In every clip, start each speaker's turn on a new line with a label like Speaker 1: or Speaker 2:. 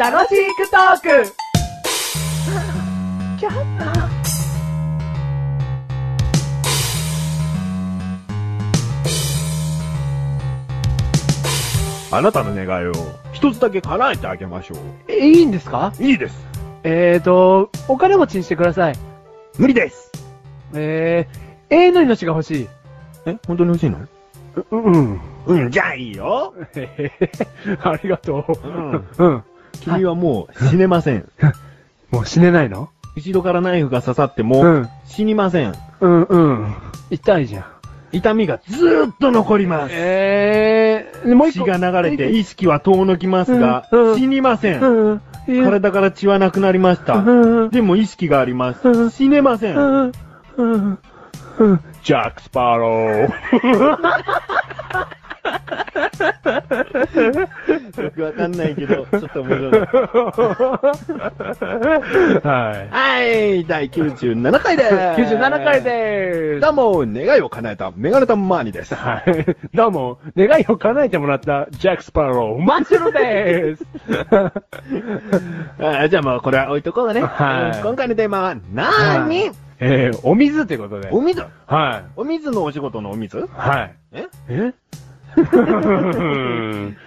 Speaker 1: 楽しくトーク
Speaker 2: あなたの願いを一つだけ叶えてあげましょう。
Speaker 1: えいいんですか
Speaker 2: いいです。
Speaker 1: えーと、お金持ちにしてください。
Speaker 2: 無理です。
Speaker 1: えー、永遠の命が欲しい。
Speaker 2: え、本当に欲しいの
Speaker 1: う、うん。
Speaker 2: うん、じゃあいいよ。
Speaker 1: えへ ありがと
Speaker 2: う
Speaker 1: う。
Speaker 2: ん。
Speaker 1: うん。
Speaker 2: 君はもう死ねません。
Speaker 1: もう死ねないの
Speaker 2: 後ろからナイフが刺さって
Speaker 1: う
Speaker 2: も
Speaker 1: ん。
Speaker 2: 死にません。
Speaker 1: うんうん。痛いじゃん。
Speaker 2: 痛みがずーっと残ります。
Speaker 1: えー、もう一
Speaker 2: 血
Speaker 1: 個。
Speaker 2: が流れて意識は遠のきますが
Speaker 1: うんう、ん
Speaker 2: 死にませ。
Speaker 1: うんんうん。体
Speaker 2: 体から血はなくなりまし
Speaker 1: う
Speaker 2: た。
Speaker 1: んうん
Speaker 2: でも意識がありま
Speaker 1: う
Speaker 2: す。
Speaker 1: ん
Speaker 2: 死ねませ。
Speaker 1: うんんうんうん。
Speaker 2: ジャック・スパロー。よくわかんないけど、ちょっと面白い。
Speaker 1: は
Speaker 2: はい、第97回で
Speaker 1: い。
Speaker 2: ーす。
Speaker 1: 97回でー
Speaker 2: ど
Speaker 1: す。
Speaker 2: うも、願いを叶えた、メガネタマーニです。
Speaker 1: はい。どうも、願いを叶えてもらったジャック・スパロー、マッシュルでーす。
Speaker 2: あーじゃあもう、これは置いとこうね。
Speaker 1: はい
Speaker 2: うん今回のテーマは、なーに
Speaker 1: えー、お水ってことで。
Speaker 2: お水
Speaker 1: は
Speaker 2: お水のお仕事のお水
Speaker 1: い。はい。
Speaker 2: え
Speaker 1: え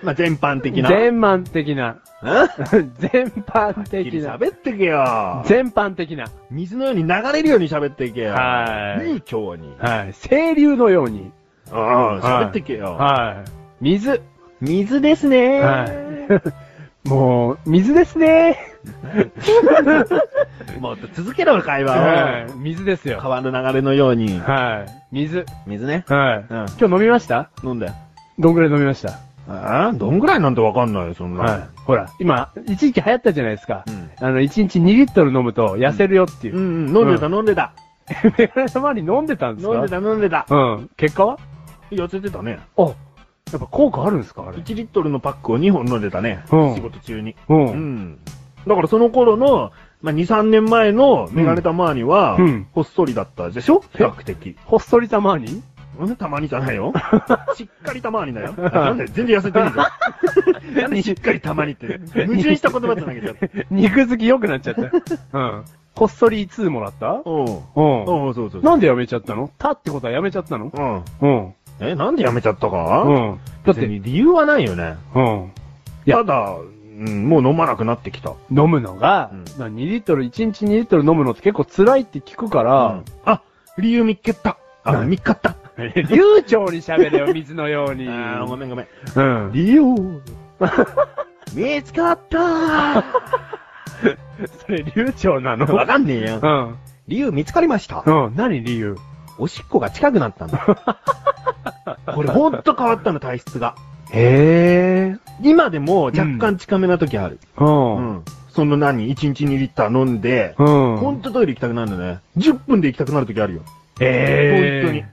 Speaker 2: まあ、全般的な。
Speaker 1: 全般的な。
Speaker 2: うん
Speaker 1: 全般
Speaker 2: はっき
Speaker 1: 的
Speaker 2: り
Speaker 1: な。
Speaker 2: 喋ってけよ。
Speaker 1: 全般的な。
Speaker 2: 水のように流れるように喋ってけよ。
Speaker 1: はい
Speaker 2: ねえ今日に。
Speaker 1: はい。清流のように。
Speaker 2: うん、喋ってけよ。
Speaker 1: はい。水。
Speaker 2: 水ですね
Speaker 1: はい。もう、水ですね。
Speaker 2: もっと続けろ、会
Speaker 1: は
Speaker 2: 話
Speaker 1: い。水です
Speaker 2: を。
Speaker 1: よ。
Speaker 2: 川の流れのように。
Speaker 1: はい。水。
Speaker 2: 水ね。
Speaker 1: はい。
Speaker 2: うん
Speaker 1: 今日飲みました
Speaker 2: 飲んだよ。
Speaker 1: どんぐらい飲みました
Speaker 2: ああどんぐらいなんてわかんないよ、そんな。
Speaker 1: はい。ほら、今、一時期流行ったじゃないですか
Speaker 2: う。ん。
Speaker 1: あの、1日2リットル飲むと痩せるよっていう う。
Speaker 2: んうん、飲んでた、
Speaker 1: う
Speaker 2: 飲んでた。
Speaker 1: メガネたまに飲んでたんですか
Speaker 2: 飲んでた、飲んでた。
Speaker 1: うん。結果は
Speaker 2: 痩せてたね。
Speaker 1: あ、やっぱ効果あるんですかあれ。
Speaker 2: 1リットルのパックを2本飲んでたね。
Speaker 1: うん
Speaker 2: 仕事中に。
Speaker 1: う。
Speaker 2: うんん。だからその頃の、まあ、2、3年前のメガネたまーには、
Speaker 1: うん
Speaker 2: ほっそりだったでしょ比較的。
Speaker 1: ほっそりたまに
Speaker 2: うん、たまにじゃないよ。しっかりたまにだよ。あなんで全然痩せてるじゃん。なんでしっかりたまにって。矛盾した言葉じゃなきゃ。
Speaker 1: 肉付き良くなっちゃ った。うん。ほっそり2もらった
Speaker 2: うん。
Speaker 1: う。。
Speaker 2: うん、そうそうん
Speaker 1: なんでやめちゃったのたってことはやめちゃったの
Speaker 2: うん。
Speaker 1: うん。
Speaker 2: え、なんでやめちゃったか
Speaker 1: うん。だっ
Speaker 2: 別
Speaker 1: て、
Speaker 2: に理由はないよね。
Speaker 1: うん。いや
Speaker 2: ただ、うん、もう飲まなくなってきた。
Speaker 1: 飲むのが、
Speaker 2: うん
Speaker 1: まあ2リットル、1日2リットル飲むのって結構辛いって聞くか
Speaker 2: あ
Speaker 1: ら、、
Speaker 2: あ、理由見っけた。あ、
Speaker 1: 何
Speaker 2: 見っ かった。
Speaker 1: 流暢に喋れよ、水のように。
Speaker 2: あーごめんごめん。
Speaker 1: うん。
Speaker 2: 理由見つかったー
Speaker 1: それ流暢なの
Speaker 2: わかんねえよ
Speaker 1: う。ん。
Speaker 2: 理由見つかりました。
Speaker 1: うん。何理由
Speaker 2: おしっこが近くなったんだ。これほんと変わったの、体質が。
Speaker 1: へえ。
Speaker 2: 今でも若干近めな時ある。
Speaker 1: う。
Speaker 2: うんん。その何 ?1 日2リッター飲んで、
Speaker 1: うん。
Speaker 2: ほんとトイレ行きたくなるのね。10分で行きたくなる時あるよ。
Speaker 1: ええ。
Speaker 2: 本当に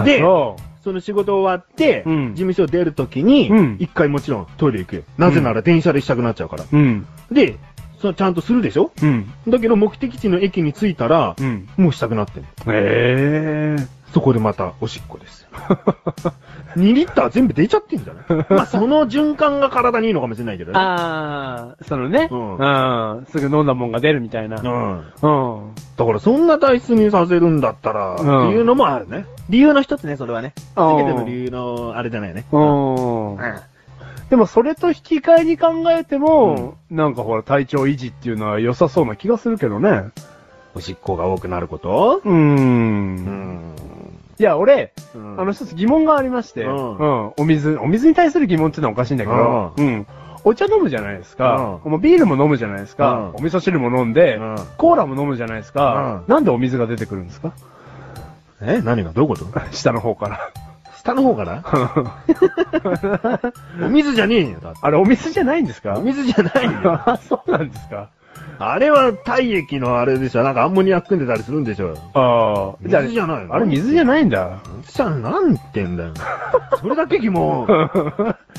Speaker 1: あ。
Speaker 2: で
Speaker 1: そ
Speaker 2: その仕事終わって、
Speaker 1: うん
Speaker 2: 事務所出るときに、一、
Speaker 1: うん
Speaker 2: 回もちろんトイレ行くよ。なぜなら電車でしたくなっちゃうから。
Speaker 1: う。うん。
Speaker 2: で、そちゃんとするでしょ
Speaker 1: うん。
Speaker 2: だけど目的地の駅に着いたら、
Speaker 1: うん。
Speaker 2: もうしたくなってる。
Speaker 1: ええ。
Speaker 2: そこでまたおしっこですよ。2リッター全部出ちゃってんじ ゃないまあその循環が体にいいのかもしれないけどね。
Speaker 1: ああ、そのね。
Speaker 2: うん
Speaker 1: うん。すぐ飲んだもんが出るみたいな。
Speaker 2: う。
Speaker 1: うんん。
Speaker 2: だからそんな体質にさせるんだったら、
Speaker 1: うん
Speaker 2: っていうのもあるね。理由の一つね、それはね。
Speaker 1: あー
Speaker 2: 全ての理由のあれじゃないよね。
Speaker 1: うん
Speaker 2: う。ん
Speaker 1: でもそれと引き換えに考えても、なんかほら体調維持っていうのは良さそうな気がするけどね。
Speaker 2: おしっこが多くなること
Speaker 1: うーん。
Speaker 2: ん。
Speaker 1: いや、俺、
Speaker 2: うん
Speaker 1: あの一つ疑問がありまして、
Speaker 2: う
Speaker 1: うんん。お水、お水に対する疑問っていうのはおかしいんだけど、
Speaker 2: う
Speaker 1: うん。お茶飲むじゃないですか。
Speaker 2: う
Speaker 1: もうビールも飲むじゃないですか。
Speaker 2: うん
Speaker 1: お味噌汁も飲んで、
Speaker 2: うん
Speaker 1: コーラも飲むじゃないですか、
Speaker 2: う
Speaker 1: なんでお水が出てくるんですか
Speaker 2: え何がどういうこと
Speaker 1: 下の方から。
Speaker 2: 下の方かなお水じゃねえよ、だって。
Speaker 1: あれ、お水じゃないんですか
Speaker 2: お水じゃないよ。
Speaker 1: あ、そうなんですか。
Speaker 2: あれは体液のあれでしょなんかアンモニア含んでたりするんでしょ
Speaker 1: ああ。じゃ
Speaker 2: 水じゃないの
Speaker 1: あ、あれ水じゃないんだ。
Speaker 2: さん、なんてんだよ。それだけ疑問。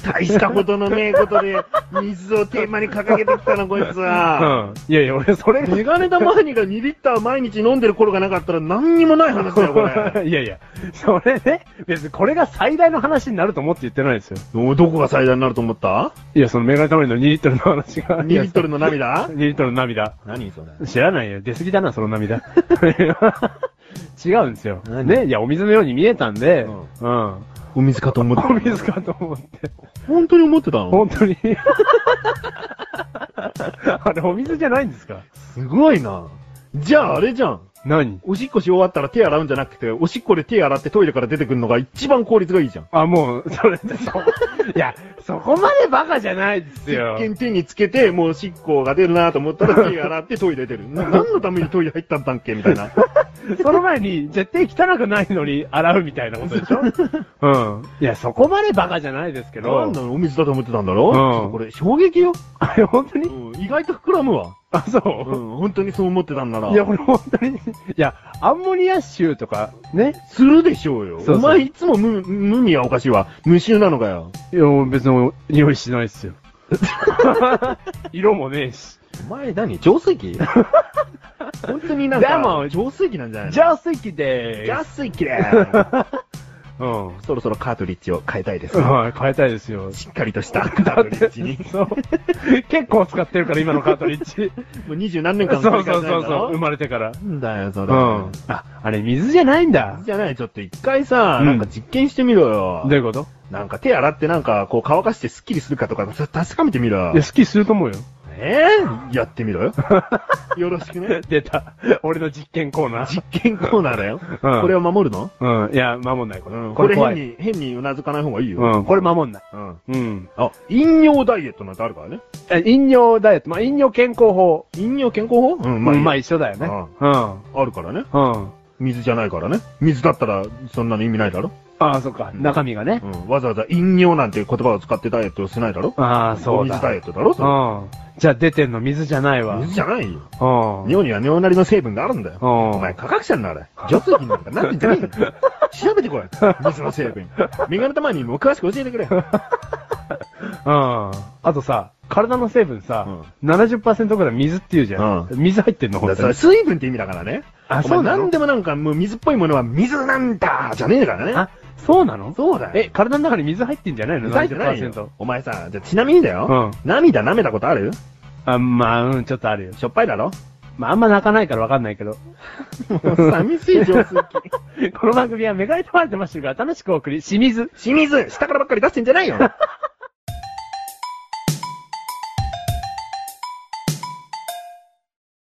Speaker 2: 大したことのねえことで、水をテーマに掲げてきたな、こいつは。
Speaker 1: うん。いやいや、俺、それが
Speaker 2: メガネ玉兄が2リッター毎日飲んでる頃がなかったら何にもない話だよ、これ。
Speaker 1: いやいや、それね、別にこれが最大の話になると思って言ってないですよ。
Speaker 2: おどこが最大になると思った
Speaker 1: いや、そのメガネたまりの2リットルの話が。
Speaker 2: ?2 リットルの涙
Speaker 1: 2リットルの涙。
Speaker 2: 何それ。
Speaker 1: 知らないよ。出過ぎだな、その 涙。違うんですよ。
Speaker 2: 何
Speaker 1: ね、いや、お水のように見えたんで、
Speaker 2: うん
Speaker 1: うん。
Speaker 2: お水かと思って
Speaker 1: お水かと思って。
Speaker 2: 本当に思ってたの
Speaker 1: 本当に。あれ、お水じゃないんですか
Speaker 2: すごいな。じゃああれじゃん。
Speaker 1: 何
Speaker 2: おしっこし終わったら手洗うんじゃなくて、おしっこで手洗ってトイレから出てくるのが一番効率がいいじゃん。
Speaker 1: あ、もう、それ、そう。いや、そこまでバカじゃないですよ。
Speaker 2: 一見手につけて、もうおしっこが出るなと思った ら手洗ってトイレ出る。な何のためにトイレ入ったんだっけみたいな。
Speaker 1: その前に、絶対汚くないのに洗うみたいなことでし ょうん。いや、そこまでバカじゃないですけど。
Speaker 2: なんだろうお水だと思ってたんだろ
Speaker 1: うん
Speaker 2: ちょっとこれ衝撃よ。
Speaker 1: あれ、本当に
Speaker 2: 意外と膨らむわ。
Speaker 1: あ、そうう、
Speaker 2: ん、本当にそう思ってたんなら。
Speaker 1: いや、これ本当に。いや、アンモニア臭とか、ね。
Speaker 2: するでしょうよ。
Speaker 1: そうそう
Speaker 2: お前いつも無、無味はおかしいわ。無臭なのかよ。
Speaker 1: いや、別に匂いしないっ すよ。色もねえし。
Speaker 2: お前何浄水器 本当になん
Speaker 1: で
Speaker 2: か
Speaker 1: も、
Speaker 2: 浄水器なんじゃないの
Speaker 1: じゃあ、席でーす。
Speaker 2: 浄水器だよ。
Speaker 1: うん。うん
Speaker 2: そろそろカートリッジを変えたいですね。
Speaker 1: はい、変えたいですよ。
Speaker 2: しっかりとしたカートリッジに。
Speaker 1: そう。結構使ってるから、今のカートリッジ。
Speaker 2: もう二十何年
Speaker 1: そ
Speaker 2: 間
Speaker 1: うそ
Speaker 2: 繰
Speaker 1: う
Speaker 2: り返
Speaker 1: そ
Speaker 2: し
Speaker 1: う
Speaker 2: て
Speaker 1: そ
Speaker 2: ないんだろ
Speaker 1: う、生まれてから。
Speaker 2: なんだよ、それ。
Speaker 1: うん。あ、あれ、水じゃないんだ。
Speaker 2: じゃない、ちょっと一回さ、
Speaker 1: うん
Speaker 2: なんか実験してみろよ
Speaker 1: どう。いうこと
Speaker 2: なんか手洗ってなんかこう乾かしてスッキリするかとかた確かめてみろよ
Speaker 1: いや、。好きすると思うよ。
Speaker 2: えー、やってみろよ。よろしくね。
Speaker 1: 出た。俺の実験コーナー。
Speaker 2: 実験コーナーだよ。
Speaker 1: うん
Speaker 2: これを守るの
Speaker 1: うん。いや、守んない、これ。
Speaker 2: これ
Speaker 1: 怖
Speaker 2: 変
Speaker 1: い。
Speaker 2: に、変にうなずかない方がいいよ。
Speaker 1: うん、これ守んない。
Speaker 2: うん。
Speaker 1: うん。
Speaker 2: あ、飲尿ダイエットなんてあるからね。
Speaker 1: え飲尿ダイエット。まあ、飲尿健康法。
Speaker 2: 飲尿健康法う、
Speaker 1: うんんま
Speaker 2: まあ
Speaker 1: あ、
Speaker 2: いいよ、
Speaker 1: 一緒だよね。
Speaker 2: う
Speaker 1: うん。
Speaker 2: あるからね。
Speaker 1: うん。
Speaker 2: 水じゃないからね。水だったらそんなの意味ないだろ。
Speaker 1: ああ、そっか。中身がね
Speaker 2: う。ん。わざわざ飲尿なんていう言葉を使ってダイエットをしないだろ。
Speaker 1: ああ、そう
Speaker 2: 水ダイエ
Speaker 1: だ。
Speaker 2: ットだろ
Speaker 1: う。ん。じゃあ出てんの水じゃないわ。
Speaker 2: 水じゃないよ。
Speaker 1: うん。
Speaker 2: 尿には尿なりの成分があるんだよ。
Speaker 1: うん
Speaker 2: お前科学者になれ。女性になんかなってんじゃね えよ。調べてこい。水の成分。メガネたまにも詳しく教えてくれ。
Speaker 1: うん。あとさ、体の成分さ、70%ぐらい水って言うじゃん。
Speaker 2: う
Speaker 1: 水入ってんの、ほん
Speaker 2: だか
Speaker 1: と
Speaker 2: ら
Speaker 1: に。
Speaker 2: 水分って意味だからね。
Speaker 1: あ
Speaker 2: お前
Speaker 1: そうなの
Speaker 2: 何でもなんかもう水っぽいものは水なんだじゃねえからね。
Speaker 1: あ、そうなの
Speaker 2: そうだよ。
Speaker 1: え、、体の中に水入ってんじゃないの
Speaker 2: 水入ってないよ
Speaker 1: ?70%。
Speaker 2: お前さ、じゃあちなみにだよ。
Speaker 1: うん
Speaker 2: 涙舐めたことある
Speaker 1: あ、まあ、うん、ちょっとあるよ。
Speaker 2: しょっぱい だろ
Speaker 1: まあ、あんま泣かないからわかんないけど。
Speaker 2: 寂しい浄水器。
Speaker 1: この番組はメガネとまれてましてるから楽しくお送り、清水。
Speaker 2: 清水下からばっかり出してんじゃないよ